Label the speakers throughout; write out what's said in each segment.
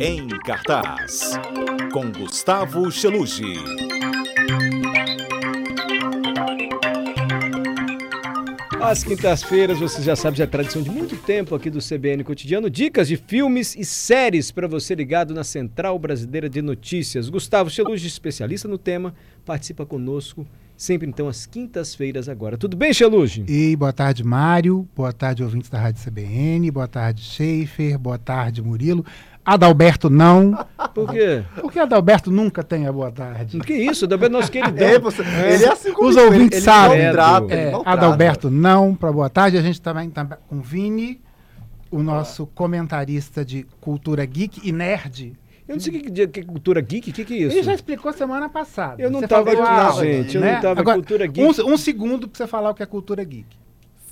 Speaker 1: Em cartaz, com Gustavo Chelucci.
Speaker 2: Às quintas-feiras, você já sabe, já é tradição de muito tempo aqui do CBN Cotidiano, dicas de filmes e séries para você ligado na Central Brasileira de Notícias. Gustavo Chelucci, especialista no tema, participa conosco sempre então às quintas-feiras agora. Tudo bem, Chelucci?
Speaker 3: Ei, boa tarde, Mário. Boa tarde, ouvintes da Rádio CBN. Boa tarde, Schaefer. Boa tarde, Murilo. Adalberto não.
Speaker 2: Por quê?
Speaker 3: Porque Adalberto nunca tem a boa tarde.
Speaker 2: Que isso, também nosso queridão.
Speaker 4: É, você, Ele é assim como
Speaker 3: Então, Os
Speaker 4: ele-
Speaker 3: ouvintes
Speaker 4: ele
Speaker 3: sabem.
Speaker 4: maltrata,
Speaker 2: É,
Speaker 4: ele
Speaker 3: É,
Speaker 4: maltrata.
Speaker 3: Adalberto não para boa tarde. A gente tá também está com o Vini, o nosso comentarista de cultura geek e nerd.
Speaker 2: Eu não sei o que, que- que é cultura geek, o que, que é isso?
Speaker 3: Ele já explicou semana passada.
Speaker 2: Eu não
Speaker 3: Você
Speaker 2: tava
Speaker 3: falou
Speaker 2: aqui,
Speaker 3: algo, né?
Speaker 2: gente, eu não tava. Cultura geek-
Speaker 3: Um, um segundo para você falar o que é cultura geek.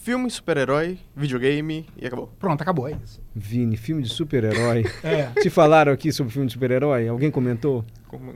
Speaker 4: Filme, super-herói, videogame e acabou.
Speaker 3: Pronto, acabou, é isso.
Speaker 2: Vini, filme de super-herói.
Speaker 3: É.
Speaker 2: Te falaram aqui sobre filme de super-herói? Alguém comentou?
Speaker 4: Como-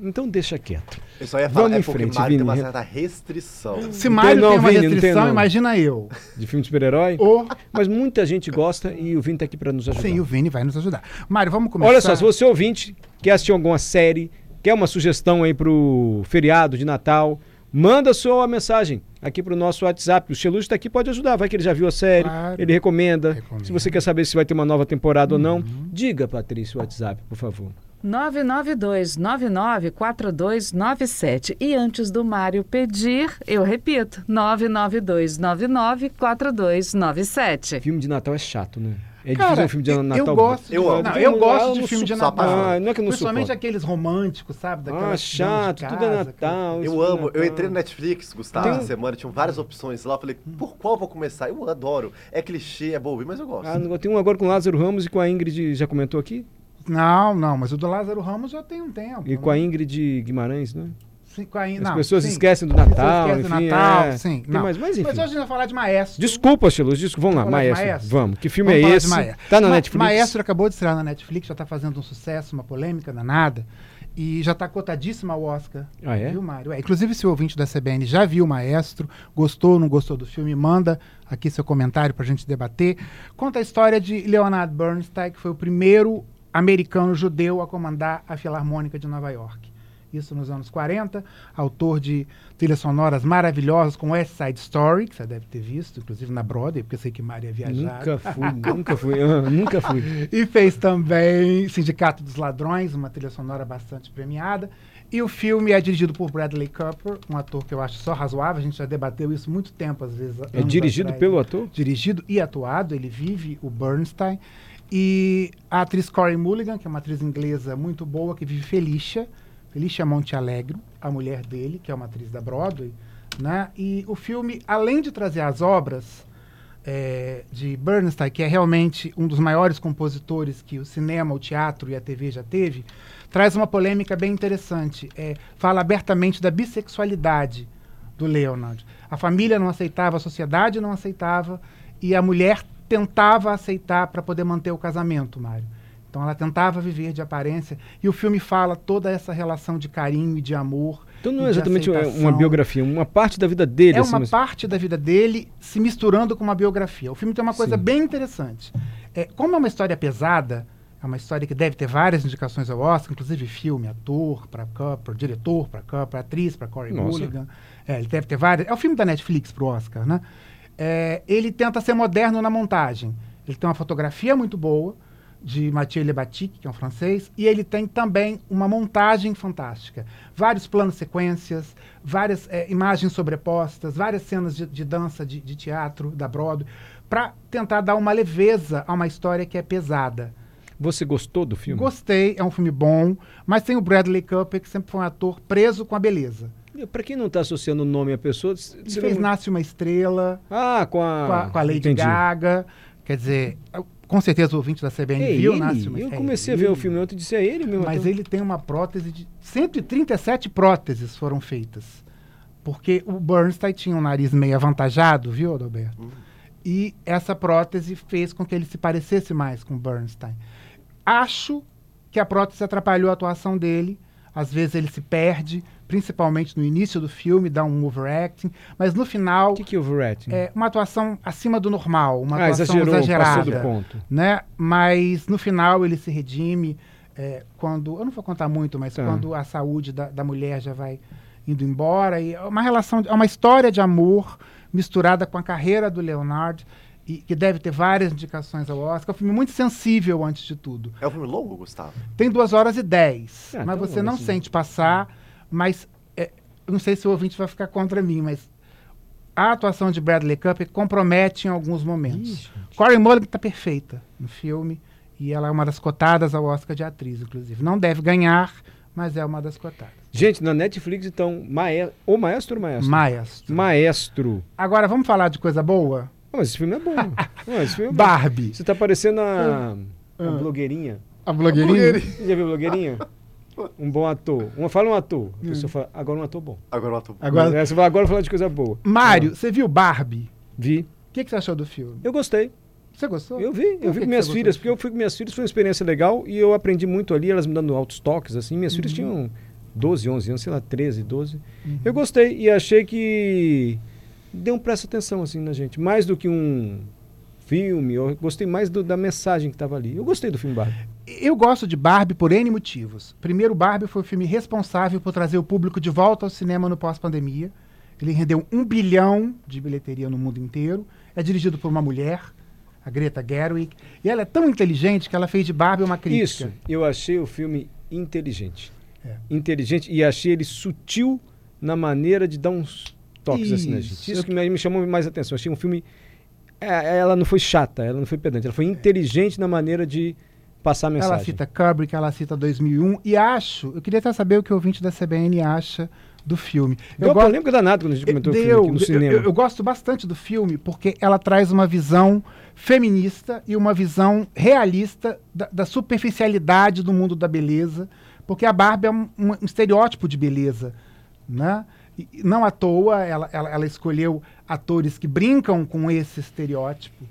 Speaker 2: Então deixa quieto.
Speaker 4: Eu só ia
Speaker 2: Vamos
Speaker 4: falar, é
Speaker 2: em
Speaker 4: porque
Speaker 2: frente,
Speaker 4: Mario tem
Speaker 2: Vini.
Speaker 4: uma certa restrição.
Speaker 3: Se Mário
Speaker 2: não,
Speaker 3: tem uma
Speaker 2: Vini, não tem
Speaker 3: restrição,
Speaker 2: não.
Speaker 3: imagina eu.
Speaker 2: De filme de super-herói?
Speaker 3: Ou
Speaker 2: Mas muita gente gosta e o Vini tá aqui para nos ajudar.
Speaker 3: Sim, o Vini vai nos ajudar. Mário, vamos começar.
Speaker 2: Olha só, se você ouvinte quer assistir alguma série, quer uma sugestão aí pro feriado de Natal, manda sua mensagem aqui pro nosso WhatsApp. O Chelucho tá aqui, pode ajudar. Vai que ele já viu a série,
Speaker 3: Claro.
Speaker 2: ele recomenda.
Speaker 3: Recomenda.
Speaker 2: Se você quer saber se vai ter uma nova temporada ou não,
Speaker 3: Uhum.
Speaker 2: diga, Patrícia, o WhatsApp, por favor.
Speaker 5: 992-994297. E antes do Mário pedir, eu repito, 992-994297.
Speaker 2: Filme de Natal é chato, né? É difícil
Speaker 3: Cara,
Speaker 2: um filme de
Speaker 3: eu-
Speaker 2: Natal.
Speaker 3: eu gosto.
Speaker 4: Eu amo.
Speaker 3: Não, eu
Speaker 2: Não, eu
Speaker 3: gosto de
Speaker 2: não
Speaker 3: filme de
Speaker 4: sou
Speaker 3: Natal.
Speaker 4: apaixonado.
Speaker 2: Ah, não é que eu não sou
Speaker 3: Principalmente
Speaker 2: contra.
Speaker 3: aqueles românticos, sabe? Daquelas
Speaker 2: Ah, chato, tudo é Natal. isso
Speaker 4: Eu
Speaker 2: é
Speaker 4: amo, eu
Speaker 2: Natal.
Speaker 4: entrei no Netflix, Gustavo,
Speaker 2: Tem-
Speaker 4: essa semana, tinham várias opções lá. Eu falei,
Speaker 3: Hum.
Speaker 4: por qual eu vou começar? Eu adoro. É clichê, é bobo, mas eu gosto.
Speaker 2: Ah, não- tem um agora com o Lázaro Ramos e com a Ingrid, já comentou aqui?
Speaker 3: Não, não, mas o do Lázaro Ramos já tem um tempo.
Speaker 2: E com a Ingrid Guimarães, né?
Speaker 3: Sim, com a In-
Speaker 2: As
Speaker 3: não,
Speaker 2: pessoas
Speaker 3: sim.
Speaker 2: esquecem do
Speaker 3: As pessoas
Speaker 2: Natal,
Speaker 3: esquecem do
Speaker 2: enfim,
Speaker 3: Natal,
Speaker 2: é.
Speaker 3: sim.
Speaker 2: Tem
Speaker 3: Não.
Speaker 2: mais, mas enfim.
Speaker 3: hoje a gente vai falar de Maestro.
Speaker 2: Desculpa, Chiluz, desculpa. Vamos lá,
Speaker 3: Vamos falar de
Speaker 2: Maestro.
Speaker 3: Maestro?
Speaker 2: Vamos. Que filme
Speaker 3: Vamos
Speaker 2: é
Speaker 3: falar de
Speaker 2: esse?
Speaker 3: Maestro.
Speaker 2: Tá na
Speaker 3: Ma-
Speaker 2: Netflix.
Speaker 3: Maestro é acabou de estrear na Netflix, já tá fazendo um sucesso, uma polêmica danada. E já tá cotadíssima ao Oscar.
Speaker 2: Ah, é?
Speaker 3: Viu, Mário? É, inclusive, se o ouvinte da CBN já viu o Maestro, gostou ou não gostou do filme, manda aqui seu comentário pra gente debater. Conta a história de Leonard Bernstein, que foi o primeiro americano judeu a comandar a Filarmônica de Nova York. Isso nos anos 40, autor de trilhas sonoras maravilhosas com West Side Story, que você deve ter visto, inclusive na Broadway, porque eu sei que Mário é viajado.
Speaker 2: Nunca fui, nunca fui, ah, nunca fui.
Speaker 3: E fez também Sindicato dos Ladrões, uma trilha sonora bastante premiada. E o filme é dirigido por Bradley Cooper, um ator que eu acho só razoável. A gente já debateu isso muito tempo, às vezes.
Speaker 2: É
Speaker 3: anos
Speaker 2: dirigido
Speaker 3: atrás. né?
Speaker 2: pelo ator?
Speaker 3: Dirigido e atuado, ele vive o Bernstein. E a atriz Corey Mulligan, que é uma atriz inglesa muito boa, que vive Felicia. Felicia Monte Alegre, a mulher dele, que é uma atriz da Broadway. Né? E o filme, além de trazer as obras é, de Bernstein, que é realmente um dos maiores compositores que o cinema, o teatro e a TV já teve, traz uma polêmica bem interessante. É, fala abertamente da bissexualidade do Leonard. A família não aceitava, a sociedade não aceitava, e a mulher tentava aceitar para poder manter o casamento, Mário. Então ela tentava viver de aparência, e o filme fala toda essa relação de carinho e de amor.
Speaker 2: Então
Speaker 3: e
Speaker 2: não é
Speaker 3: de
Speaker 2: exatamente uma- uma
Speaker 3: aceitação.
Speaker 2: biografia, uma parte da vida dele.
Speaker 3: É
Speaker 2: assim,
Speaker 3: uma
Speaker 2: mas-
Speaker 3: parte da vida dele se misturando com uma biografia. O filme tem uma coisa
Speaker 2: Sim.
Speaker 3: bem interessante. É, como é uma história pesada, é uma história que deve ter várias indicações ao Oscar, inclusive filme, ator para Cooper, diretor para Cooper, atriz para Corey
Speaker 2: Nossa.
Speaker 3: Mulligan. É, ele deve ter várias. É o filme da Netflix pro Oscar, né? É, ele tenta ser moderno na montagem. Ele tem uma fotografia muito boa de Mathieu Lebatic, que é um francês, e ele tem também uma montagem fantástica. Vários planos sequências, várias é, imagens sobrepostas, várias cenas de, de dança, de, de teatro, da Broadway, para tentar dar uma leveza a uma história que é pesada.
Speaker 2: Você gostou do filme?
Speaker 3: Gostei, é um filme bom, mas tem o Bradley Cooper, que sempre foi um ator preso com a beleza.
Speaker 2: Pra quem não tá associando o nome à pessoa, c-
Speaker 3: Ele
Speaker 2: você
Speaker 3: fez
Speaker 2: não-
Speaker 3: Nasce uma Estrela,
Speaker 2: Ah, com a.
Speaker 3: com a, com a Lady
Speaker 2: Entendi.
Speaker 3: Gaga. Quer dizer, eu- com certeza o ouvinte da CBN
Speaker 2: É
Speaker 3: viu,
Speaker 2: ele?
Speaker 3: Nasce uma
Speaker 2: Eu
Speaker 3: é
Speaker 2: comecei a
Speaker 3: ele.
Speaker 2: ver o filme ontem e disse, é ele mesmo.
Speaker 3: Mas
Speaker 2: ator?
Speaker 3: ele tem uma prótese de. 137 próteses foram feitas. Porque o Bernstein tinha um nariz meio avantajado, viu, Adalberto?
Speaker 2: Hum.
Speaker 3: E essa prótese fez com que ele se parecesse mais com o Bernstein. Acho que a prótese atrapalhou a atuação dele. Às vezes ele se perde, principalmente no início do filme, dá um overacting, mas no final
Speaker 2: O que, que houve, Rating?
Speaker 3: é uma atuação acima do normal, uma
Speaker 2: ah,
Speaker 3: atuação
Speaker 2: exagerou, passou do
Speaker 3: exagerada,
Speaker 2: ponto.
Speaker 3: né? Mas no final ele se redime é, quando, eu não vou contar muito, mas
Speaker 2: Tá.
Speaker 3: quando a saúde da, da mulher já vai indo embora e é uma relação, é uma história de amor misturada com a carreira do Leonardo e que deve ter várias indicações ao Oscar. É um filme muito sensível antes de tudo.
Speaker 4: É um filme longo, Gustavo?
Speaker 3: Tem duas horas e dez.
Speaker 2: Ah,
Speaker 3: mas
Speaker 2: então
Speaker 3: você não
Speaker 2: assim.
Speaker 3: sente passar. Mas é, eu não sei se o ouvinte vai ficar contra mim, mas a atuação de Bradley Cooper compromete em alguns momentos.
Speaker 2: Ixi.
Speaker 3: Corey Mulligan está perfeita no filme. E ela é uma das cotadas ao Oscar de atriz, inclusive. Não deve ganhar, mas é uma das cotadas.
Speaker 2: Gente, na Netflix, então, maestro. Ô, maestro ou maestro?
Speaker 3: Maestro.
Speaker 2: Maestro.
Speaker 3: Agora, vamos falar de coisa boa?
Speaker 2: Ah, mas esse filme é bom. Ah, esse filme é bom.
Speaker 3: Barbie.
Speaker 2: Você tá parecendo a,
Speaker 3: Ah.
Speaker 2: a blogueirinha.
Speaker 3: A blogueirinha?
Speaker 2: Você já viu blogueirinha? Um bom ator. Uma, fala um ator. A pessoa fala, agora um ator bom.
Speaker 4: Agora eu ato...
Speaker 3: Hum. Agora-
Speaker 2: Aí Você fala, agora eu vou falar de coisa boa. É.
Speaker 3: Mário, você viu Barbie?
Speaker 2: Vi.
Speaker 3: O que, que você achou do filme?
Speaker 2: Eu gostei.
Speaker 3: Você gostou?
Speaker 2: Eu vi. Eu
Speaker 3: Então, que
Speaker 2: vi
Speaker 3: que
Speaker 2: com minhas
Speaker 3: você gostou
Speaker 2: filhas,
Speaker 3: do
Speaker 2: porque eu fui com minhas filhas, foi uma experiência legal e eu aprendi muito ali, elas me dando altos toques, assim. Minhas
Speaker 3: Uhum.
Speaker 2: filhas tinham 12, 11 anos, sei lá, 13, 12. Eu gostei e achei que deu um presta atenção, assim, na gente. Mais do que um filme, eu gostei mais do- da mensagem que tava ali. Eu gostei do filme Barbie.
Speaker 3: Eu gosto de Barbie por N motivos. Primeiro, Barbie foi o filme responsável por trazer o público de volta ao cinema no pós-pandemia. Ele rendeu um bilhão de bilheteria no mundo inteiro. É dirigido por uma mulher, a Greta Gerwig. E ela é tão inteligente que ela fez de Barbie uma crítica.
Speaker 2: Isso, eu achei o filme inteligente.
Speaker 3: É.
Speaker 2: Inteligente e achei ele sutil na maneira de dar uns toques assim na
Speaker 3: Isso.
Speaker 2: gente. Isso que me me chamou mais atenção. Achei um filme. é, Ela não foi chata, ela não foi pedante, ela foi inteligente na maneira de passar a mensagem.
Speaker 3: É. Ela cita Kubrick, ela cita 2001. E acho, eu queria até saber o que o ouvinte da CBN acha do filme.
Speaker 2: Deu eu polêmica danada quando a gente comentou o filme aqui no
Speaker 3: eu-
Speaker 2: cinema.
Speaker 3: É, Eu, eu gosto bastante do filme porque ela traz uma visão feminista e uma visão realista da, da superficialidade do mundo da beleza, porque a Barbie é um, um- um estereótipo de beleza, né? E- e não à toa ela, ela- ela escolheu atores que brincam com esse estereótipo,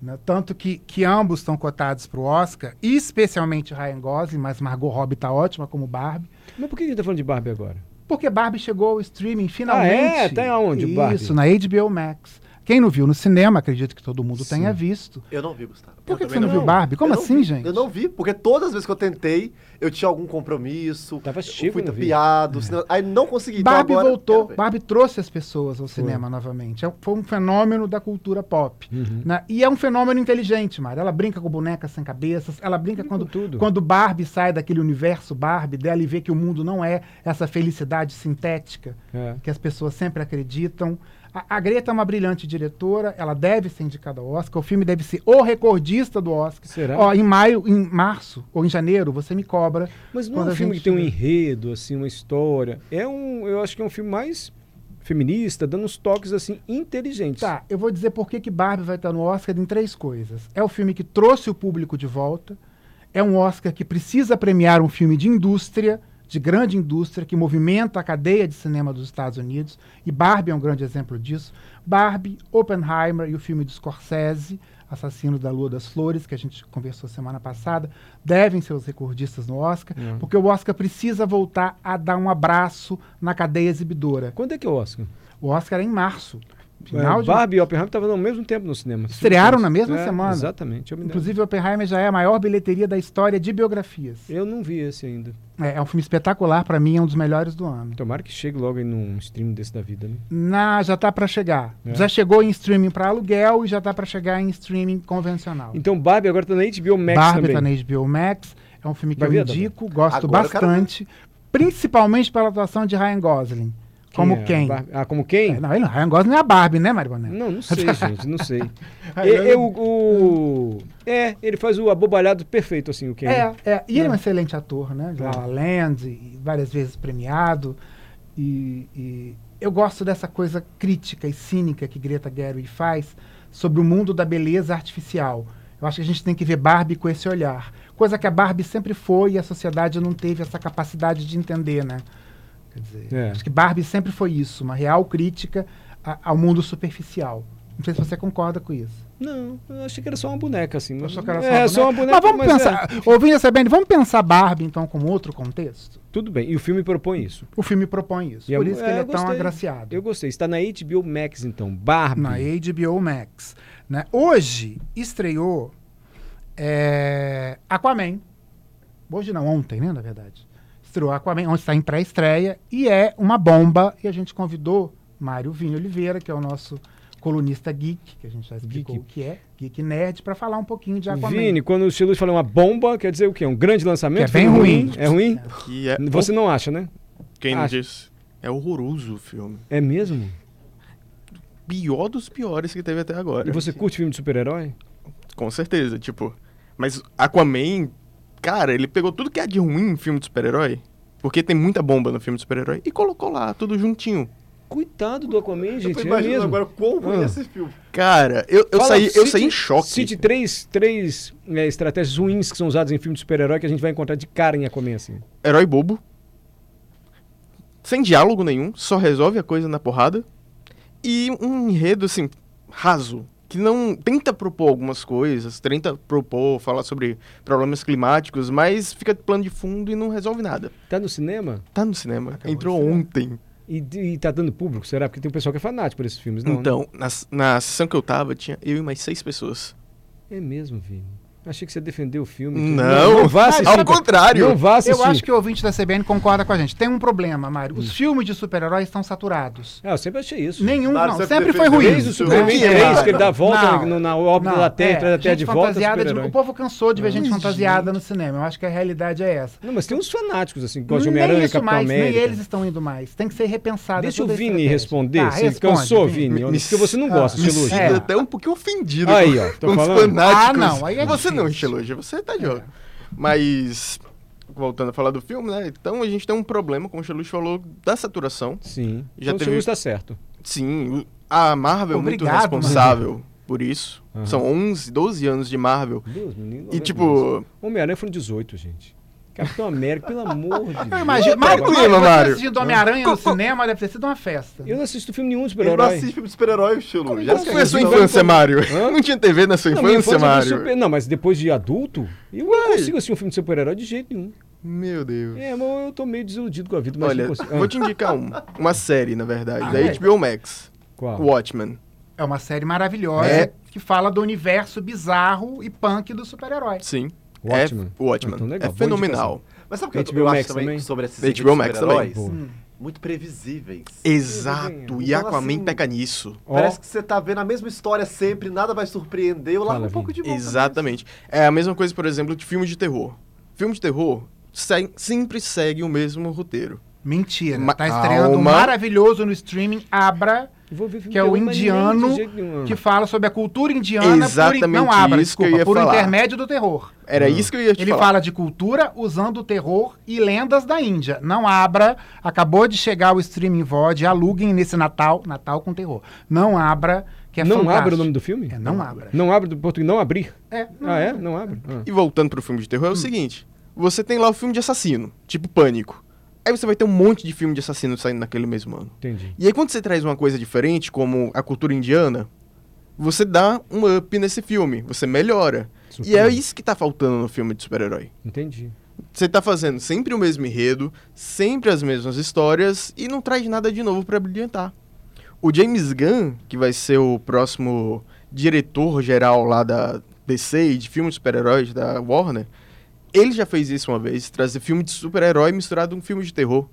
Speaker 3: né? tanto que, que ambos estão cotados para o Oscar, e especialmente Ryan Gosling, mas Margot Robbie está ótima como Barbie.
Speaker 2: Mas por que a gente tá falando de Barbie agora?
Speaker 3: Porque Barbie chegou ao streaming finalmente.
Speaker 2: Ah, é? Tem aonde, Barbie?
Speaker 3: Isso, na HBO Max. Quem não viu no cinema, acredito que todo mundo tenha visto.
Speaker 4: Eu não vi, Gustavo.
Speaker 3: Por
Speaker 4: Eu
Speaker 3: que, que
Speaker 4: também
Speaker 3: você não, viu Barbie? Como
Speaker 4: Eu não
Speaker 3: assim,
Speaker 4: vi,
Speaker 3: gente?
Speaker 4: Eu não vi, porque todas as vezes que eu tentei, eu tinha algum compromisso.
Speaker 2: Tava
Speaker 4: eu
Speaker 2: chico,
Speaker 4: fui
Speaker 2: eu não vi.
Speaker 4: tapeado, senão- aí não consegui. então
Speaker 3: É. Barbie
Speaker 4: agora eu
Speaker 3: voltou,
Speaker 4: quero ver.
Speaker 3: Barbie trouxe as pessoas ao cinema novamente. É um- foi um fenômeno da cultura pop.
Speaker 2: Uhum.
Speaker 3: né? E é um fenômeno inteligente, Mara. Ela brinca com bonecas sem cabeças, ela brinca
Speaker 2: com
Speaker 3: quando,
Speaker 2: tudo.
Speaker 3: quando Barbie sai daquele universo Barbie dela e vê que o mundo não é essa felicidade sintética.
Speaker 2: É.
Speaker 3: que as pessoas sempre acreditam. A, a Greta é uma brilhante diretora, ela deve ser indicada ao Oscar, o filme deve ser o recordista do Oscar.
Speaker 2: Será?
Speaker 3: Ó, em maio, em março ou em janeiro, você me cobra.
Speaker 2: Mas não é
Speaker 3: Quando
Speaker 2: um
Speaker 3: a
Speaker 2: filme que
Speaker 3: gente
Speaker 2: tem um
Speaker 3: vê.
Speaker 2: enredo, assim, uma história. É um. Eu acho que é um filme mais feminista, dando uns toques assim inteligentes.
Speaker 3: Tá, eu vou dizer por que, que Barbie vai estar no Oscar em três coisas. É o filme que trouxe o público de volta, é um Oscar que precisa premiar um filme de indústria, de grande indústria, que movimenta a cadeia de cinema dos Estados Unidos, e Barbie é um grande exemplo disso. Barbie, Oppenheimer e o filme de Scorsese, Assassino da Lua das Flores, que a gente conversou semana passada, devem ser os recordistas no Oscar,
Speaker 2: Hum.
Speaker 3: porque o Oscar precisa voltar a dar um abraço na cadeia exibidora.
Speaker 2: Quando é que é o Oscar?
Speaker 3: O Oscar é em março.
Speaker 2: Final
Speaker 3: Final
Speaker 2: é,
Speaker 3: de
Speaker 2: Barbie e Oppenheimer estavam ao mesmo tempo no cinema.
Speaker 3: Estrearam na mesma
Speaker 2: É,
Speaker 3: semana.
Speaker 2: Exatamente. Eu, me lembro.
Speaker 3: Inclusive, Oppenheimer já é a maior bilheteria da história de biografias.
Speaker 2: eu não vi esse ainda.
Speaker 3: É, é um filme espetacular, pra mim, é um dos melhores do ano.
Speaker 2: Tomara que chegue logo aí num stream desse da vida, né?
Speaker 3: Na, já tá pra chegar.
Speaker 2: É.
Speaker 3: Já chegou em streaming pra aluguel e já tá pra chegar em streaming convencional.
Speaker 2: Então Barbie agora tá na HBO Max
Speaker 3: Barbie
Speaker 2: também.
Speaker 3: tá na HBO Max, é um filme que
Speaker 2: Vai
Speaker 3: eu
Speaker 2: ver,
Speaker 3: indico, gosto
Speaker 4: Agora eu quero
Speaker 3: bastante, principalmente pela atuação de Ryan Gosling. Como
Speaker 2: é?
Speaker 3: quem?
Speaker 2: Barbie- Ah, como quem?
Speaker 3: É, não, ele, Ryan Gosling é a Barbie, né, Maribonete?
Speaker 2: Não, não sei, gente, não sei.
Speaker 3: Ah,
Speaker 2: E-
Speaker 3: não.
Speaker 2: eu, o... É, ele faz o abobalhado perfeito, assim, o Ken.
Speaker 3: É, é. E ele é um
Speaker 2: Né?
Speaker 3: excelente ator, né? De La La Land, e várias vezes premiado. E, e eu gosto dessa coisa crítica e cínica que Greta Gerwig faz sobre o mundo da beleza artificial. Eu acho que a gente tem que ver Barbie com esse olhar. Coisa que a Barbie sempre foi e a sociedade não teve essa capacidade de entender, né? Quer dizer,
Speaker 2: É.
Speaker 3: acho que Barbie sempre foi isso, uma real crítica a- ao mundo superficial. Não sei se você concorda com isso.
Speaker 2: Não, eu achei que era só uma boneca, assim.
Speaker 3: Eu
Speaker 2: mas-
Speaker 3: só quero
Speaker 2: é, só uma boneca.
Speaker 3: né? Mas vamos
Speaker 2: é,
Speaker 3: pensar, ouvindo essa band, vamos pensar Barbie então com outro contexto?
Speaker 2: tudo bem, e o filme propõe isso.
Speaker 3: O filme propõe isso,
Speaker 2: E é
Speaker 3: por
Speaker 2: mu-
Speaker 3: isso que
Speaker 2: é,
Speaker 3: ele é
Speaker 2: eu
Speaker 3: tão
Speaker 2: gostei.
Speaker 3: agraciado.
Speaker 2: Eu gostei. Está na HBO Max, então. Barbie.
Speaker 3: Na HBO Max. Né? Hoje estreou é, Aquaman. Hoje não, ontem, né, na verdade. Estreou Aquaman, onde está em pré-estreia, e é uma bomba. E a gente convidou Mário Vinho Oliveira, que é o nosso colunista geek, que a gente já explicou
Speaker 2: Geek.
Speaker 3: o que é, geek nerd, para falar um pouquinho de Aquaman.
Speaker 2: Vini, quando o Chiluz falou uma bomba, quer dizer o quê? Um grande lançamento?
Speaker 3: Que é bem
Speaker 2: Filme
Speaker 3: ruim.
Speaker 2: É ruim?
Speaker 6: Que é.
Speaker 2: Você não acha, né?
Speaker 6: Quem não
Speaker 2: acha?
Speaker 6: disse? É horroroso o filme.
Speaker 2: É mesmo?
Speaker 6: Pior dos piores que teve até agora.
Speaker 2: E você curte filme de super-herói?
Speaker 6: Com certeza, tipo. Mas Aquaman, cara, ele pegou tudo que é de ruim em filme de super-herói. Porque tem muita bomba no filme de super-herói. E colocou lá, tudo juntinho.
Speaker 2: Coitado do Aquaman,
Speaker 4: Eu tô
Speaker 2: gente. É
Speaker 4: imaginando
Speaker 2: mesmo.
Speaker 4: agora quão ruim
Speaker 2: Ah.
Speaker 4: esse filme.
Speaker 6: Cara, eu, eu,
Speaker 2: Fala,
Speaker 6: saí, eu
Speaker 2: cite-
Speaker 6: saí em choque.
Speaker 2: Cite três, três né, estratégias ruins que são usadas em filme de super-herói que a gente vai encontrar de cara em Aquaman, assim.
Speaker 6: Herói bobo. Sem diálogo nenhum, só resolve a coisa na porrada. E um enredo, assim, raso. Que não tenta propor algumas coisas, tenta propor, falar sobre problemas climáticos, mas fica de plano de fundo e não resolve nada.
Speaker 2: Tá no cinema?
Speaker 6: Tá no cinema,
Speaker 4: Acabou de
Speaker 6: entrou
Speaker 4: estrear.
Speaker 6: ontem.
Speaker 2: E, e tá dando público, será? Porque tem um pessoal que é fanático por esses filmes, não? né?
Speaker 6: Então, na, na sessão que eu tava, tinha eu e mais seis pessoas.
Speaker 2: É mesmo, Vini. Achei que você defendeu o filme.
Speaker 6: Não.
Speaker 2: não vá assistir.
Speaker 6: Ao contrário.
Speaker 2: Não vá assistir. Hum.
Speaker 3: Eu acho que o ouvinte da CBN concorda com a gente. Tem um problema, Mário. Os filmes de super-heróis estão saturados.
Speaker 2: Ah, eu sempre achei isso.
Speaker 3: Nenhum,
Speaker 4: Claro,
Speaker 3: não.
Speaker 4: sempre
Speaker 3: Sempre foi
Speaker 4: defendeu
Speaker 3: ruim.
Speaker 4: isso,
Speaker 2: Desde o Superman
Speaker 3: né?
Speaker 2: 3, que ele dá a volta
Speaker 3: Não,
Speaker 2: no- na órbita
Speaker 3: não,
Speaker 2: da Terra,
Speaker 3: é,
Speaker 2: traz a Terra de
Speaker 3: gente
Speaker 2: volta.
Speaker 3: fantasiada de-
Speaker 2: super-herói.
Speaker 3: o povo cansou de ver gente fantasiada no cinema. Eu acho que a realidade é essa.
Speaker 2: Não, mas tem uns fanáticos, assim, que gostam de
Speaker 3: Nem
Speaker 2: Homem-Aranha,
Speaker 3: isso
Speaker 2: Capitão
Speaker 3: mais,
Speaker 2: América.
Speaker 3: nem eles estão indo mais. Tem que ser repensado.
Speaker 2: Deixa o Vini responder. você
Speaker 3: Tá, responde,
Speaker 2: cansou,
Speaker 3: Vini.
Speaker 2: Vini?
Speaker 6: Me- me-
Speaker 2: Porque você não gosta,
Speaker 6: um Me
Speaker 2: Chiluxo.
Speaker 6: sinto
Speaker 3: É.
Speaker 6: até um pouquinho ofendido
Speaker 2: Aí,
Speaker 6: com-
Speaker 2: ó, tô
Speaker 6: com os
Speaker 2: falando.
Speaker 6: fanáticos.
Speaker 3: Ah, não, aí é difícil.
Speaker 6: Você não,
Speaker 3: É.
Speaker 6: Chiluxo, você tá de olho. Mas, voltando a falar do filme, né? Então a gente tem um problema, como o Chiluxo falou, da saturação.
Speaker 2: Sim.
Speaker 6: Já
Speaker 2: então o
Speaker 6: teve-
Speaker 2: Chiluxo tá certo.
Speaker 6: Sim, o- a Marvel é muito
Speaker 3: Obrigado,
Speaker 6: responsável por isso.
Speaker 2: Aham.
Speaker 6: São 11, 12 anos de Marvel.
Speaker 2: Deus, menino.
Speaker 6: E
Speaker 2: olha Deus.
Speaker 6: tipo,
Speaker 2: Homem-Aranha foram 18, gente. Capitão América, pelo amor de
Speaker 3: Eu
Speaker 2: Deus.
Speaker 3: imagino. Mário,
Speaker 6: Tranquilo,
Speaker 3: Mário, você
Speaker 6: Mário.
Speaker 3: assistindo Homem-Aranha no cinema deve ter sido uma festa.
Speaker 2: Eu não assisto filme nenhum de
Speaker 4: Ele não
Speaker 2: super-herói.
Speaker 4: assiste filme de super-herói, estilo.
Speaker 2: Como
Speaker 4: Já
Speaker 2: não?
Speaker 6: como foi a
Speaker 4: assistiu,
Speaker 6: sua
Speaker 2: não,
Speaker 6: infância,
Speaker 2: não.
Speaker 6: Mário?
Speaker 2: Hã?
Speaker 6: Não tinha TV na sua
Speaker 2: Não,
Speaker 6: infância,
Speaker 2: minha infância foi
Speaker 6: Mário?
Speaker 2: super- Não, mas depois de adulto, eu não
Speaker 6: Ué.
Speaker 2: consigo assistir um filme de super-herói de jeito nenhum.
Speaker 6: Meu Deus.
Speaker 2: É, mas eu tô meio desiludido com a vida, mas
Speaker 6: Olha,
Speaker 2: não consigo.
Speaker 6: vou
Speaker 2: Ah,
Speaker 6: te indicar uma. Uma série, na verdade,
Speaker 3: Ah,
Speaker 6: da
Speaker 3: é?
Speaker 6: HBO Max.
Speaker 2: Qual?
Speaker 6: Watchmen.
Speaker 3: É uma série maravilhosa
Speaker 6: É.
Speaker 3: que fala do universo bizarro e punk do super-herói.
Speaker 6: Sim.
Speaker 2: Watchmen.
Speaker 6: É, Watchmen.
Speaker 2: Ah, então legal,
Speaker 6: é
Speaker 2: boa
Speaker 6: fenomenal.
Speaker 4: Mas sabe o que eu-
Speaker 2: HBO
Speaker 4: eu
Speaker 2: Max
Speaker 4: acho também
Speaker 2: também?
Speaker 4: sobre esses
Speaker 6: HBO
Speaker 4: filmes de
Speaker 6: Max
Speaker 2: Tá
Speaker 4: super-heróis?
Speaker 2: também.
Speaker 4: Hum. Muito previsíveis.
Speaker 2: um
Speaker 6: Exato. E
Speaker 4: Então,
Speaker 6: Aquaman
Speaker 4: assim,
Speaker 6: peca nisso.
Speaker 2: Ó,
Speaker 4: Parece que você tá vendo a mesma história sempre, nada vai surpreender. Eu largo
Speaker 2: Fala,
Speaker 4: um pouco de bom.
Speaker 6: Exatamente. É a mesma coisa, por exemplo, de filme de terror. Filme de terror se- sempre segue o mesmo roteiro.
Speaker 3: Mentira.
Speaker 6: Ma-
Speaker 3: tá estreando um
Speaker 6: Calma.
Speaker 3: maravilhoso no streaming Abra,
Speaker 2: vou ver filme
Speaker 3: que é o
Speaker 2: nenhum, mas nem de
Speaker 3: indiano
Speaker 2: jeito nenhum.
Speaker 3: que fala sobre a cultura indiana por, in-
Speaker 6: Hum. Exatamente
Speaker 3: não Abra,
Speaker 6: isso que eu
Speaker 3: desculpa,
Speaker 6: ia
Speaker 3: por
Speaker 6: falar.
Speaker 3: intermédio do terror.
Speaker 6: Era
Speaker 2: Hum.
Speaker 6: isso que eu ia te
Speaker 3: Ele
Speaker 6: falar.
Speaker 3: fala de cultura usando o terror e lendas da Índia. Não abra. Acabou de chegar o streaming VOD. Aluguem nesse Natal. Natal com terror. Não abra, que é
Speaker 2: não
Speaker 3: fantástico.
Speaker 2: abre o nome do filme?
Speaker 3: É, não abra.
Speaker 2: Não abre do português, não abrir.
Speaker 3: É, não
Speaker 2: Ah, é? Não abre. Ah.
Speaker 6: E voltando pro filme de terror, é
Speaker 2: Hum.
Speaker 6: o seguinte: você tem lá o filme de assassino, tipo Pânico. Aí você vai ter um monte de filme de assassino saindo naquele mesmo ano.
Speaker 2: Entendi.
Speaker 6: E aí quando você traz uma coisa diferente, como a cultura indiana, você dá um up nesse filme, você melhora. E é
Speaker 2: Surpreende.
Speaker 6: isso que tá faltando no filme de super-herói.
Speaker 2: Entendi.
Speaker 6: Você tá fazendo sempre o mesmo enredo, sempre as mesmas histórias e não traz nada de novo pra brilhantar. O James Gunn, que vai ser o próximo diretor geral lá da DC e de filmes de super-heróis da Warner, ele já fez isso uma vez, trazer filme de super-herói misturado com filme de terror,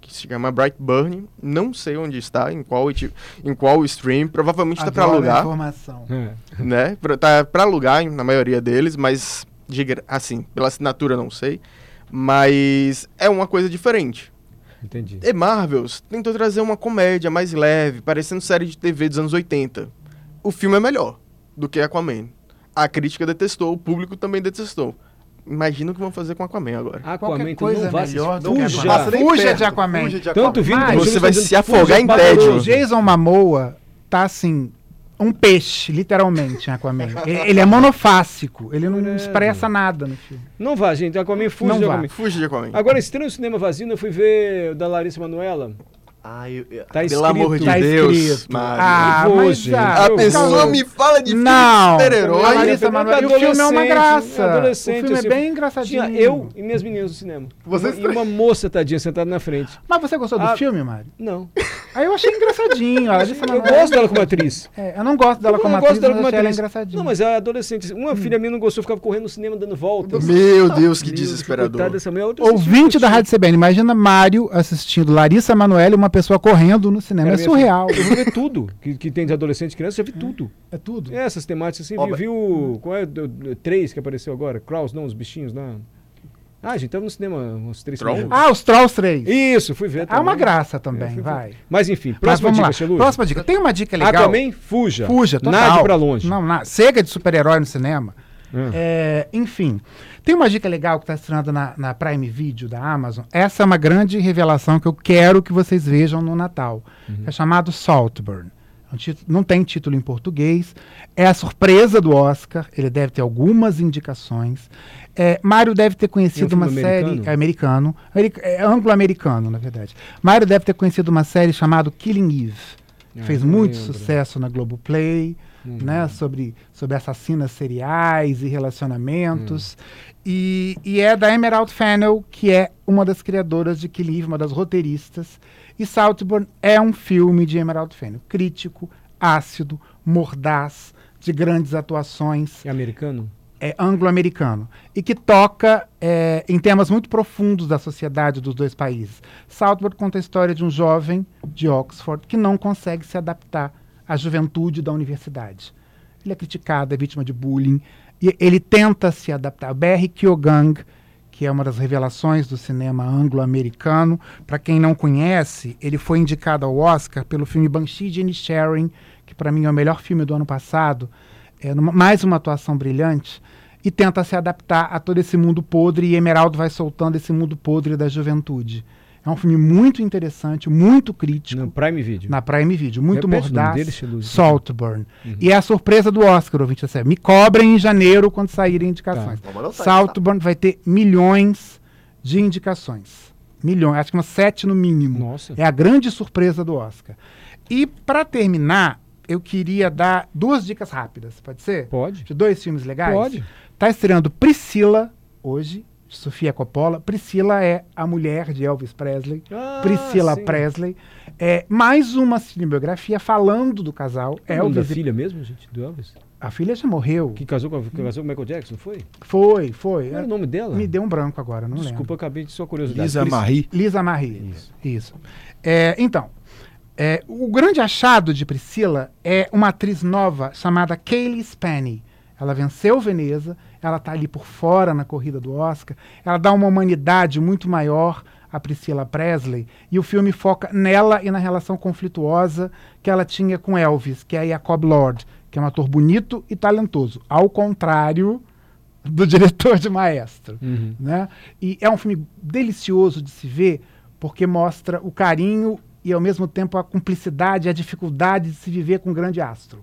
Speaker 6: que se chama Brightburn, não sei onde está, em qual iti- em qual stream, provavelmente tá para
Speaker 3: Adoro a
Speaker 6: alugar
Speaker 3: Informação.
Speaker 2: É.
Speaker 6: né? Pra, tá pra alugar em- na maioria deles, mas de gra- assim, pela assinatura não sei. Mas é uma coisa diferente.
Speaker 2: Entendi.
Speaker 6: E Marvels tentou trazer uma comédia mais leve, parecendo série de TV dos anos 80. O filme é melhor do que Aquaman. A crítica detestou, o público também detestou. Imagina o que vão fazer com Aquaman agora.
Speaker 2: Aquaman, então
Speaker 3: coisa
Speaker 2: não vá
Speaker 3: melhor
Speaker 2: assistir.
Speaker 3: do que
Speaker 2: Fuja.
Speaker 3: Aquaman. Fuja de Aquaman.
Speaker 4: Fuja de
Speaker 2: Tanto vindo
Speaker 3: Mas
Speaker 2: como
Speaker 6: você
Speaker 2: estão
Speaker 6: vai
Speaker 2: dizendo,
Speaker 6: se afogar
Speaker 2: fuja,
Speaker 6: em
Speaker 2: barulho.
Speaker 6: tédio.
Speaker 3: O Jason Momoa tá assim. Um peixe, literalmente, em Aquaman. Ele ele é monofásico. Ele não expressa nada no filme.
Speaker 2: Não vá, gente. Aquaman, fuja
Speaker 3: Não
Speaker 2: de
Speaker 3: vá.
Speaker 2: Aquaman.
Speaker 6: Fuja de Aquaman.
Speaker 2: Agora, estranho cinema vazio, eu fui ver o da Larissa Manuela.
Speaker 4: Ah, eu, eu-
Speaker 2: Tá
Speaker 6: Pelo amor de
Speaker 2: escrito.
Speaker 6: Deus,
Speaker 3: escrito.
Speaker 6: Mário.
Speaker 3: Ah,
Speaker 2: Eu vou,
Speaker 3: mas
Speaker 2: gente.
Speaker 3: ah,
Speaker 6: A
Speaker 2: Eu
Speaker 6: pessoa
Speaker 2: vou.
Speaker 6: me fala de filme
Speaker 3: Não.
Speaker 6: de super-herói.
Speaker 3: Maria Larissa Manoela, e o filme é uma
Speaker 2: adolescente,
Speaker 3: graça.
Speaker 2: adolescente,
Speaker 3: O filme é
Speaker 2: assim,
Speaker 3: bem engraçadinho.
Speaker 2: Tinha eu e minhas meninas no cinema.
Speaker 4: Vocês
Speaker 2: e uma moça tadinha sentada na frente.
Speaker 3: Mas você gostou
Speaker 2: Ah.
Speaker 3: do filme, Mário?
Speaker 2: Não.
Speaker 3: Aí eu achei engraçadinho. A Larissa
Speaker 2: Eu
Speaker 3: Manoela-
Speaker 2: gosto dela como atriz.
Speaker 3: É, eu não gosto Ah, dela
Speaker 2: Eu
Speaker 3: como
Speaker 2: não
Speaker 3: atriz,
Speaker 2: gosto dela
Speaker 3: mas
Speaker 2: como
Speaker 3: achei ela
Speaker 2: atriz.
Speaker 3: engraçadinha.
Speaker 2: Não, mas é adolescente. Uma filha minha não gostou, ficava correndo no cinema dando voltas.
Speaker 3: tá
Speaker 6: Meu Deus, que
Speaker 2: Meu Deus,
Speaker 6: desesperador.
Speaker 2: coitada dessa mulher, é outra
Speaker 3: Ouvinte
Speaker 2: assistiu,
Speaker 3: da Rádio CBN, imagina Mário assistindo Larissa Manoela e uma pessoa correndo no cinema.
Speaker 2: Cara,
Speaker 3: é
Speaker 2: minha
Speaker 3: surreal.
Speaker 2: Eu vou ver tudo que, que tem de adolescente e criança, eu já vi tudo.
Speaker 3: É tudo.
Speaker 2: É, Essas temáticas assim,
Speaker 4: Ó,
Speaker 2: vi,
Speaker 4: mas-
Speaker 2: viu. Qual é o- o o- três que apareceu agora? Kraus, não, os bichinhos lá. Ah, gente, tava no cinema uns três
Speaker 6: Troll?
Speaker 2: primeiros.
Speaker 3: Ah, os Trolls 3.
Speaker 2: Isso, fui ver.
Speaker 3: É uma
Speaker 2: também.
Speaker 3: graça
Speaker 2: É,
Speaker 3: também,
Speaker 2: fui-
Speaker 3: vai.
Speaker 2: Mas enfim,
Speaker 3: Mas
Speaker 2: próxima
Speaker 3: vamos
Speaker 2: dica,
Speaker 3: lá.
Speaker 2: Xelu.
Speaker 3: Próxima dica. Tem uma dica
Speaker 2: Ah,
Speaker 3: legal.
Speaker 2: também? Fuja.
Speaker 3: Fuja, total.
Speaker 2: Nade pra longe.
Speaker 3: Não, nada. Cega de super-herói no cinema.
Speaker 2: Hum.
Speaker 3: É, enfim, tem uma dica legal que está estreando na, na Prime Video da Amazon. Essa é uma grande revelação que eu quero que vocês vejam no Natal.
Speaker 2: Uhum.
Speaker 3: É chamado Saltburn. É um título- não tem título em português. É a surpresa do Oscar. Ele deve ter algumas indicações. É, Mário deve ter
Speaker 2: um
Speaker 3: conhecido
Speaker 2: filme
Speaker 3: uma série.
Speaker 2: americano?
Speaker 3: É americano. Ameri- É anglo-americano, na verdade. Mário deve ter conhecido uma série chamada Killing Eve. que
Speaker 2: Ah,
Speaker 3: fez
Speaker 2: não
Speaker 3: muito
Speaker 2: lembro.
Speaker 3: sucesso na Globoplay, né? Sobre, sobre assassinas seriais e relacionamentos. E, e é da Emerald Fennel, que é uma das criadoras de Killing Eve, uma das roteiristas. E Saltburn é um filme de Emerald Fennel. Crítico, ácido, mordaz, de grandes atuações
Speaker 2: É americano?
Speaker 3: é, anglo-americano e que toca é, em temas muito profundos da sociedade dos dois países. Southward conta a história de um jovem de Oxford que não consegue se adaptar à juventude da universidade. Ele é criticado, é vítima de bullying e ele tenta se adaptar. Barry Keoghan, que é uma das revelações do cinema anglo-americano, para quem não conhece, ele foi indicado ao Oscar pelo filme Banshee de Inisherin, que para mim é o melhor filme do ano passado é, numa- mais uma atuação brilhante e tenta se adaptar a todo esse mundo podre e Emeraldo vai soltando esse mundo podre da juventude. É um filme muito interessante, muito crítico,
Speaker 2: Não, Prime Video.
Speaker 3: na Prime Video, muito
Speaker 2: Repete o nome
Speaker 3: mordaz,
Speaker 2: dele, Uhum. Xeluzi.
Speaker 3: Saltburn. E é a surpresa do Oscar, ouvinte da série. Me cobrem em janeiro quando saírem indicações.
Speaker 2: Tá.
Speaker 4: Vamos anotar,
Speaker 3: Saltburn vai ter milhões de indicações. Milhões, acho que umas sete no mínimo.
Speaker 2: Nossa.
Speaker 3: É a grande surpresa do Oscar. E para terminar, eu queria dar duas dicas rápidas, pode ser?
Speaker 2: Pode?
Speaker 3: De dois filmes legais?
Speaker 2: Pode.
Speaker 3: Tá estreando Priscila hoje, de Sofia Coppola. Priscila é a mulher de Elvis Presley.
Speaker 2: Ah,
Speaker 3: Priscila
Speaker 2: sim.
Speaker 3: Presley. É mais uma cinebiografia falando do casal.
Speaker 2: É o da
Speaker 3: Elvis. e-
Speaker 2: filha mesmo, gente, do Elvis?
Speaker 3: A filha já morreu.
Speaker 2: Que casou com, que casou com o Michael Jackson, foi?
Speaker 3: Foi, foi.
Speaker 2: Qual era o nome dela?
Speaker 3: É. Me deu um branco agora, não
Speaker 2: Desculpa, eu acabei de só curiosidade.
Speaker 1: Lisa
Speaker 2: Pris-
Speaker 1: Marie.
Speaker 3: lembro. Lisa Marie.
Speaker 2: Isso.
Speaker 3: Isso. É, então, é, o grande achado de Priscila é uma atriz nova chamada Kaylee Spanny. Ela venceu Veneza, ela está ali por fora na corrida do Oscar, ela dá uma humanidade muito maior a Priscila Presley, e o filme foca nela e na relação conflituosa que ela tinha com Elvis, que é Jacob Lord, que é um ator bonito e talentoso, ao contrário do diretor de Maestro
Speaker 2: Uhum.
Speaker 3: né? E é um filme delicioso de se ver, porque mostra o carinho e ao mesmo tempo a cumplicidade, a dificuldade de se viver com um grande astro.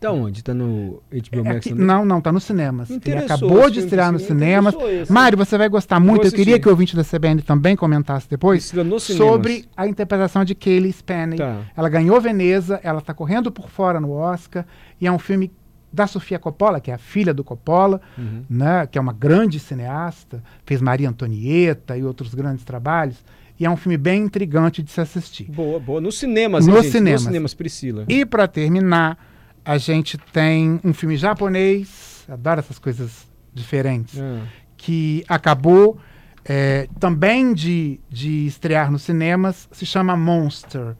Speaker 2: Tá onde? Tá no HBO
Speaker 3: É
Speaker 2: Max
Speaker 3: aqui-
Speaker 2: também?
Speaker 3: não, não, tá nos cinemas.
Speaker 2: Me
Speaker 3: Ele
Speaker 2: interessou
Speaker 3: acabou
Speaker 2: esse
Speaker 3: de
Speaker 2: filme,
Speaker 3: estrear nos
Speaker 2: me
Speaker 3: cinemas.
Speaker 2: interessou esse.
Speaker 3: Mário, você vai gostar muito. Eu queria
Speaker 2: assistir.
Speaker 3: que o ouvinte da CBN também comentasse depois
Speaker 2: Priscila nos cinemas.
Speaker 3: sobre a interpretação de Kaylee Spaney.
Speaker 2: Tá.
Speaker 3: Ela ganhou Veneza, ela está correndo por fora no Oscar e é um filme da Sofia Coppola, que é a filha do Coppola,
Speaker 2: Uhum.
Speaker 3: né, que é uma grande cineasta, fez Maria Antonieta e outros grandes trabalhos, e é um filme bem intrigante de se assistir.
Speaker 2: Boa, boa. Nos cinemas, hein,
Speaker 3: Nos
Speaker 2: gente?
Speaker 3: cinemas.
Speaker 2: Nos cinemas, Priscila.
Speaker 3: E para terminar, a gente tem um filme japonês, adoro essas coisas diferentes,
Speaker 2: Ah,
Speaker 3: que acabou é, também de, de estrear nos cinemas, se chama Monster.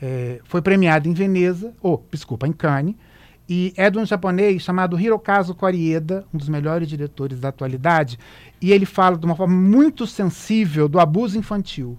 Speaker 3: É, foi premiado em Veneza, ou, desculpa, em Cannes, e é de um japonês chamado Hirokazu Koreeda, um dos melhores diretores da atualidade, e ele fala de uma forma muito sensível do abuso infantil.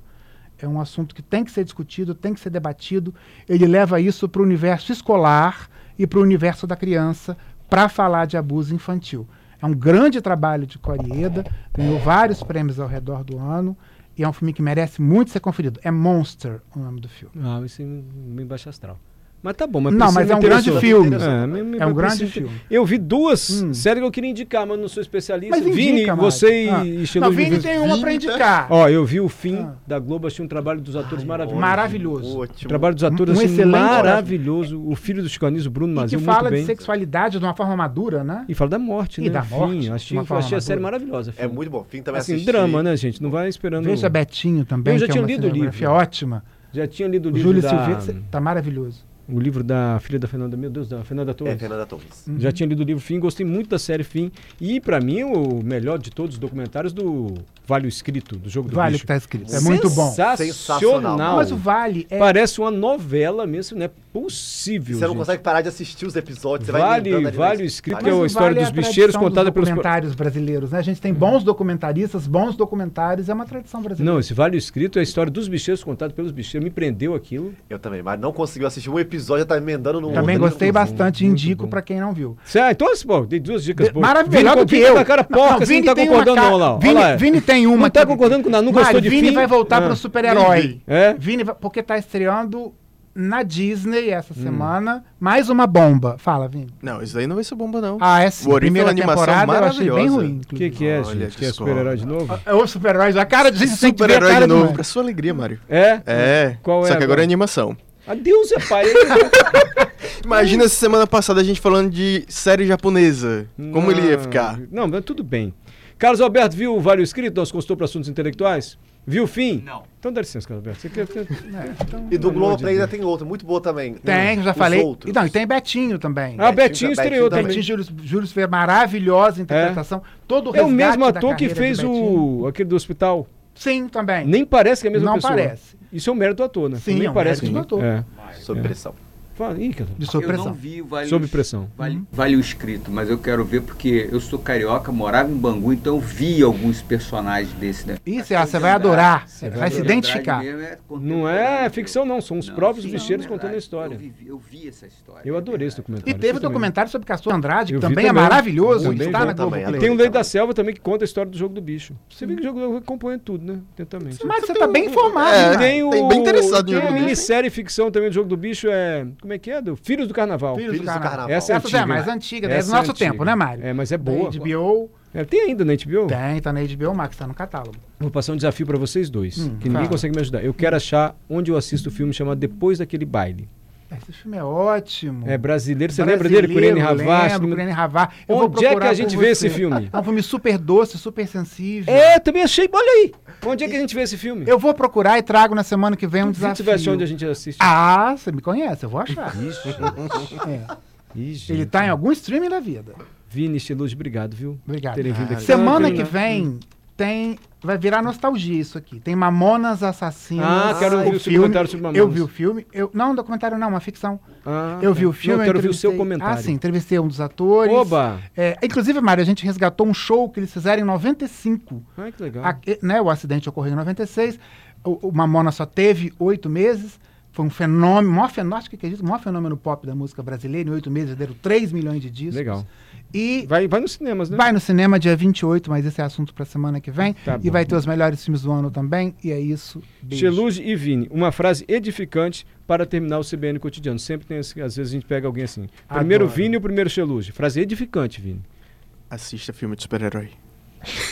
Speaker 3: É um assunto que tem que ser discutido, tem que ser debatido. Ele leva isso para o universo escolar e para o universo da criança para falar de abuso infantil. É um grande trabalho de Koreeda, ganhou vários prêmios ao redor do ano e é um filme que merece muito ser conferido. É Monster o nome do filme.
Speaker 2: ah, esse é um- um baixo astral. Mas tá bom, mas
Speaker 3: Não,
Speaker 2: Priscila
Speaker 3: mas
Speaker 2: me
Speaker 3: é um grande
Speaker 2: interessou.
Speaker 3: filme.
Speaker 2: É, me- me-
Speaker 3: É um grande
Speaker 2: Priscila-
Speaker 3: filme.
Speaker 2: Eu vi duas
Speaker 3: Hum.
Speaker 2: séries que eu queria indicar, mas não sou especialista.
Speaker 3: Mas indica,
Speaker 2: Vini,
Speaker 3: Mari.
Speaker 2: você
Speaker 3: Ah.
Speaker 2: e Estilo
Speaker 3: Não, Vini tem uma pra
Speaker 4: Vini tá-
Speaker 3: indicar.
Speaker 2: Ó, eu vi o fim
Speaker 3: Ah.
Speaker 2: da Globo, achei um trabalho dos atores maravilhoso.
Speaker 3: Maravilhoso.
Speaker 2: O
Speaker 4: Ótimo.
Speaker 2: trabalho dos atores
Speaker 3: Um
Speaker 2: assim,
Speaker 3: excelente-
Speaker 2: maravilhoso. O filho do Chico Anísio, Bruno
Speaker 3: E que
Speaker 2: Mazil, muito
Speaker 3: fala
Speaker 2: bem.
Speaker 3: de sexualidade de uma forma madura, né?
Speaker 2: E fala da morte,
Speaker 3: E
Speaker 2: né?
Speaker 3: da
Speaker 2: Fim,
Speaker 3: morte,
Speaker 2: Achei,
Speaker 3: de uma
Speaker 2: eu achei
Speaker 3: forma
Speaker 2: a série
Speaker 3: madura.
Speaker 2: maravilhosa.
Speaker 4: É
Speaker 2: Fim.
Speaker 4: muito bom. Fim também
Speaker 2: Assim,
Speaker 4: assisti.
Speaker 2: drama, né, gente? Não vai esperando.
Speaker 3: Veja Betinho também,
Speaker 2: Eu já
Speaker 3: que
Speaker 2: tinha
Speaker 3: é uma
Speaker 2: lido o livro.
Speaker 3: cinegrafia ótima.
Speaker 2: Já tinha lido o
Speaker 3: O
Speaker 2: livro
Speaker 3: Júlio
Speaker 2: da...
Speaker 3: Silveira tá maravilhoso.
Speaker 2: O livro da filha da Fernanda, meu Deus, da Fernanda Torres.
Speaker 4: É, Fernanda Torres.
Speaker 3: Uhum.
Speaker 2: Já tinha lido o livro Fim, gostei muito da série Fim. E, pra mim, o melhor de todos os documentários do Vale o Escrito, do Jogo do
Speaker 3: Vale o
Speaker 2: Bicho.
Speaker 3: que tá escrito. É muito bom.
Speaker 2: Sensacional.
Speaker 4: Sensacional.
Speaker 3: Mas o Vale é
Speaker 2: Parece uma novela mesmo, não é possível.
Speaker 4: Você não
Speaker 2: gente.
Speaker 4: consegue parar de assistir os episódios. Você vai
Speaker 2: Vale,
Speaker 4: emendando ali na
Speaker 2: vale o
Speaker 4: história.
Speaker 2: escrito,
Speaker 3: Mas
Speaker 2: que é
Speaker 3: o
Speaker 2: a história
Speaker 3: Vale é
Speaker 2: dos
Speaker 3: a
Speaker 2: bicheiros
Speaker 3: tradição dos
Speaker 2: contada pelos... Hum.
Speaker 3: documentários brasileiros, né? A gente tem bons documentaristas, bons documentários, é uma tradição brasileira.
Speaker 2: Não, esse Vale o Escrito é a história dos bicheiros contada pelos bicheiros. Me prendeu aquilo.
Speaker 4: Eu também, mas não conseguiu assistir um episódio, já tá emendando no
Speaker 3: Também
Speaker 4: outro.
Speaker 3: gostei
Speaker 2: muito bom,
Speaker 3: bastante,
Speaker 2: muito
Speaker 3: indico
Speaker 2: bom.
Speaker 3: pra quem não viu.
Speaker 2: Cê- ah, então, pô, dei duas dicas boas.
Speaker 3: Maravilhoso, melhor
Speaker 2: Vini,
Speaker 3: do que
Speaker 2: Vini
Speaker 3: eu.
Speaker 2: com a cara porca, você não tá
Speaker 3: tem uma
Speaker 2: concordando
Speaker 3: cara-
Speaker 2: não, lá. ó.
Speaker 3: Vini,
Speaker 2: Olha lá.
Speaker 3: Vini tem uma.
Speaker 2: Não tá
Speaker 3: que-
Speaker 2: concordando com o Nanu, gostou
Speaker 3: Mari,
Speaker 2: de
Speaker 3: Vini
Speaker 2: fim?
Speaker 3: vai voltar
Speaker 2: Ah.
Speaker 3: pro super-herói.
Speaker 2: É?
Speaker 3: Vini vai- porque tá estreando na Disney essa
Speaker 2: Hum.
Speaker 3: semana. Mais uma bomba. Fala, Vini.
Speaker 6: Não, isso daí não vai ser bomba, não.
Speaker 3: Ah, essa
Speaker 6: O Orife é
Speaker 3: primeira
Speaker 6: uma animação
Speaker 3: temporada eu achei bem
Speaker 6: maravilhosa.
Speaker 3: ruim.
Speaker 2: O que,
Speaker 3: inclusive.
Speaker 2: que é,
Speaker 6: Olha, Ah,
Speaker 2: gente? Que é
Speaker 6: discorda.
Speaker 2: super-herói de novo?
Speaker 3: É o super-herói, a cara de gente tem que ver a
Speaker 6: Super-herói
Speaker 3: cara
Speaker 6: de
Speaker 3: do
Speaker 6: novo,
Speaker 3: Mari.
Speaker 6: pra sua alegria, Mário.
Speaker 2: É?
Speaker 6: É,
Speaker 2: Qual é
Speaker 6: só que agora
Speaker 2: agora?
Speaker 6: é animação.
Speaker 2: Adeus, é pai.
Speaker 6: Imagina se semana passada a gente falando de série japonesa. Como ele ia ficar?
Speaker 2: Não, mas tudo bem. Carlos Alberto viu o Vale o Escrito, nosso consultor para assuntos intelectuais? Viu o fim? Não. Então dá licença, Carlos Alberto. Você quer...
Speaker 4: E
Speaker 2: Pelo
Speaker 4: do
Speaker 2: amor
Speaker 4: Globoplay
Speaker 2: de Deus.
Speaker 4: ainda tem outro, muito boa também. Hum.
Speaker 3: Tem, eu já
Speaker 4: Os
Speaker 3: falei.
Speaker 4: outros.
Speaker 3: E não, e tem Betinho também. É,
Speaker 2: Ah, o
Speaker 4: Betinho
Speaker 2: Betinho
Speaker 4: também,
Speaker 2: estreou
Speaker 4: Betinho
Speaker 2: também.
Speaker 3: Betinho Júlio, Júlio Silveira, maravilhosa interpretação. Todo o
Speaker 2: É o
Speaker 3: resgate
Speaker 2: mesmo
Speaker 3: da
Speaker 2: ator que
Speaker 3: carreira
Speaker 2: fez
Speaker 3: do Betinho.
Speaker 2: o aquele do hospital.
Speaker 3: Sim, também.
Speaker 2: Nem parece que é a mesma
Speaker 3: Não
Speaker 2: pessoa.
Speaker 3: parece.
Speaker 2: Isso é um mérito do ator, né?
Speaker 3: Sim,
Speaker 2: Nem
Speaker 3: é um
Speaker 2: parece
Speaker 3: mérito
Speaker 2: que-
Speaker 3: do ator.
Speaker 2: É.
Speaker 4: Sob pressão.
Speaker 2: Fala, Ih, Carlos.
Speaker 3: De
Speaker 7: Eu não
Speaker 3: surpresa.
Speaker 7: vi o Vale,
Speaker 2: Sob pressão.
Speaker 3: Uhum.
Speaker 7: Vale, Vale o Escrito, mas eu quero ver porque eu sou carioca, morava em Bangu, então eu vi alguns personagens desse. Né?
Speaker 3: Isso, ah, você vai adorar. Você vai se
Speaker 7: Andrade
Speaker 3: identificar.
Speaker 7: mesmo é
Speaker 2: Não é ficção, não. São os
Speaker 7: Não,
Speaker 2: próprios
Speaker 7: sim,
Speaker 2: bicheiros
Speaker 7: é
Speaker 2: contando a
Speaker 7: verdade.
Speaker 2: história.
Speaker 7: Eu vi, eu vi essa história.
Speaker 2: Eu
Speaker 7: é
Speaker 2: adorei esse
Speaker 7: verdade.
Speaker 2: documentário.
Speaker 3: E teve
Speaker 2: Isso também.
Speaker 3: documentário sobre Castor Andrade,
Speaker 2: Eu
Speaker 3: que
Speaker 2: vi
Speaker 3: também é
Speaker 2: também.
Speaker 3: maravilhoso.
Speaker 2: Muito
Speaker 3: está
Speaker 2: bom
Speaker 3: na
Speaker 4: também,
Speaker 3: Globoplay.
Speaker 2: Tem o
Speaker 4: Adorei
Speaker 2: Lei da
Speaker 4: também.
Speaker 2: Selva também que conta a história do jogo do bicho. Você vê que o jogo do jogo acompanha tudo, né? Atentamente.
Speaker 3: Mas tá você tá bem informado.
Speaker 6: É,
Speaker 3: hein, Mário?
Speaker 2: Tem um o.
Speaker 6: tem bem interessado
Speaker 2: tem
Speaker 6: no Jogo
Speaker 2: a
Speaker 6: do Bicho.
Speaker 2: minissérie ficção também do jogo do bicho. É. Como é que é? Do Filhos do Carnaval.
Speaker 3: Filhos
Speaker 4: Filhos do Carnaval.
Speaker 2: Essa é
Speaker 3: Essa já é
Speaker 2: antiga.
Speaker 3: mais antiga, né? é do
Speaker 2: Essa
Speaker 3: nosso
Speaker 2: antiga.
Speaker 3: tempo, né, Mário?
Speaker 2: É, mas é boa.
Speaker 3: Da HBO,
Speaker 2: É, tem ainda na HBO?
Speaker 3: tem, tá na HBO Max, tá no catálogo.
Speaker 2: Vou passar um desafio pra vocês dois,
Speaker 3: Hum,
Speaker 2: que ninguém
Speaker 3: fala.
Speaker 2: consegue me ajudar. Eu quero achar onde eu assisto o filme chamado Depois daquele baile.
Speaker 3: Esse filme é ótimo.
Speaker 2: É brasileiro, você lembra dele? Curene Ravache.
Speaker 3: Lembro, Curene Ravache. Eu vou
Speaker 2: né? Onde é que
Speaker 3: procurar
Speaker 2: a
Speaker 3: por
Speaker 2: gente vê
Speaker 3: você.
Speaker 2: esse filme?
Speaker 3: É um filme super doce, super sensível.
Speaker 2: É, também achei. Olha aí. Onde é que a gente vê esse filme?
Speaker 3: Eu vou procurar e trago na semana que vem um
Speaker 2: Se
Speaker 3: desafio.
Speaker 2: tiver achar onde a gente assiste.
Speaker 3: Ah, você me conhece, eu vou achar.
Speaker 2: Ixi,
Speaker 3: É.
Speaker 2: ixi.
Speaker 3: Ele tá em algum streaming da vida.
Speaker 2: Vini Estiluz, obrigado, viu?
Speaker 3: Obrigado.
Speaker 2: Terem vindo aqui.
Speaker 3: Semana que
Speaker 2: Ah,
Speaker 3: vem tem. Vai virar nostalgia isso aqui. Tem Mamonas Assassinas.
Speaker 2: Ah, quero ouvir o seu comentário sobre Mamonas.
Speaker 3: Eu vi o filme. Eu, não, um documentário não, uma ficção.
Speaker 2: Ah,
Speaker 3: eu vi
Speaker 2: tá.
Speaker 3: o filme.
Speaker 2: Eu quero ouvir o seu
Speaker 3: entrevistei-
Speaker 2: comentário.
Speaker 3: Ah, sim, entrevistei um dos atores.
Speaker 2: Oba!
Speaker 3: É, inclusive, Mário, a gente resgatou um show que eles fizeram em 95.
Speaker 2: Ai, que legal.
Speaker 3: A- e- né, o acidente ocorreu em 96. O, o Mamona só teve oito meses. Foi um fenômeno, maior fenômeno, acho que acredito, o maior fenômeno pop da música brasileira. Em oito meses deram 3 milhões de discos.
Speaker 2: Legal.
Speaker 3: E
Speaker 2: Vai, vai nos cinemas, né?
Speaker 3: vai no cinema dia 28, mas esse é assunto pra semana que vem.
Speaker 2: Tá
Speaker 3: e
Speaker 2: bom.
Speaker 3: vai ter os melhores filmes do ano também. E é isso. Beijo.
Speaker 2: Cheluge e Vini, uma frase edificante para terminar o CBN cotidiano. Sempre tem, esse- às vezes a gente pega alguém assim. Primeiro
Speaker 3: Adoro.
Speaker 2: Vini e o primeiro Cheluge. Frase edificante, Vini.
Speaker 6: Assista filme de super-herói.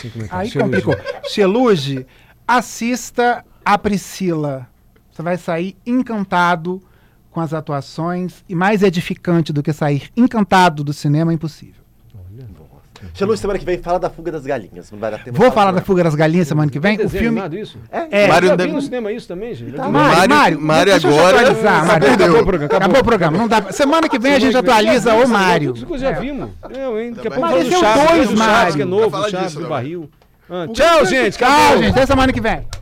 Speaker 2: Sem comentário.
Speaker 3: Aí
Speaker 2: Cheluge.
Speaker 3: complicou. Cheluge, assista a Priscila. Você vai sair encantado com as atuações. E mais edificante do que sair encantado do cinema é impossível.
Speaker 4: Xeluz, semana que vem fala da fuga das galinhas. Não vai dar tempo
Speaker 3: Vou
Speaker 4: de
Speaker 3: falar da
Speaker 4: não.
Speaker 3: Fuga das Galinhas semana que
Speaker 2: Tem
Speaker 3: vem. O
Speaker 2: desenho
Speaker 3: filme.
Speaker 2: animado isso?
Speaker 3: É,
Speaker 6: Mário
Speaker 2: já
Speaker 6: deve-
Speaker 2: vi no cinema isso também, gente.
Speaker 6: Tá.
Speaker 2: Mas-
Speaker 6: Mário- Mário
Speaker 3: deixa eu te
Speaker 6: agora-
Speaker 3: atualizar,
Speaker 6: Ah,
Speaker 3: Mário.
Speaker 6: perdeu.
Speaker 3: Acabou o programa. Acabou.
Speaker 2: Acabou.
Speaker 3: o programa. Não dá. Semana que vem a gente atualiza
Speaker 2: é
Speaker 3: o Mário. É.
Speaker 2: Isso que já vimos. É, Eu, hein? Daqui a
Speaker 6: Mas
Speaker 2: pouco fala do
Speaker 3: deu
Speaker 2: Chaves,
Speaker 3: dois,
Speaker 2: do Chaves, que é
Speaker 3: Mário.
Speaker 2: novo,
Speaker 6: Vai falar
Speaker 2: Chaves
Speaker 6: Tá disso,
Speaker 2: do
Speaker 6: não.
Speaker 2: barril. Ah, tchau, gente.
Speaker 3: Tchau,
Speaker 2: acabou.
Speaker 3: gente. Até semana que vem.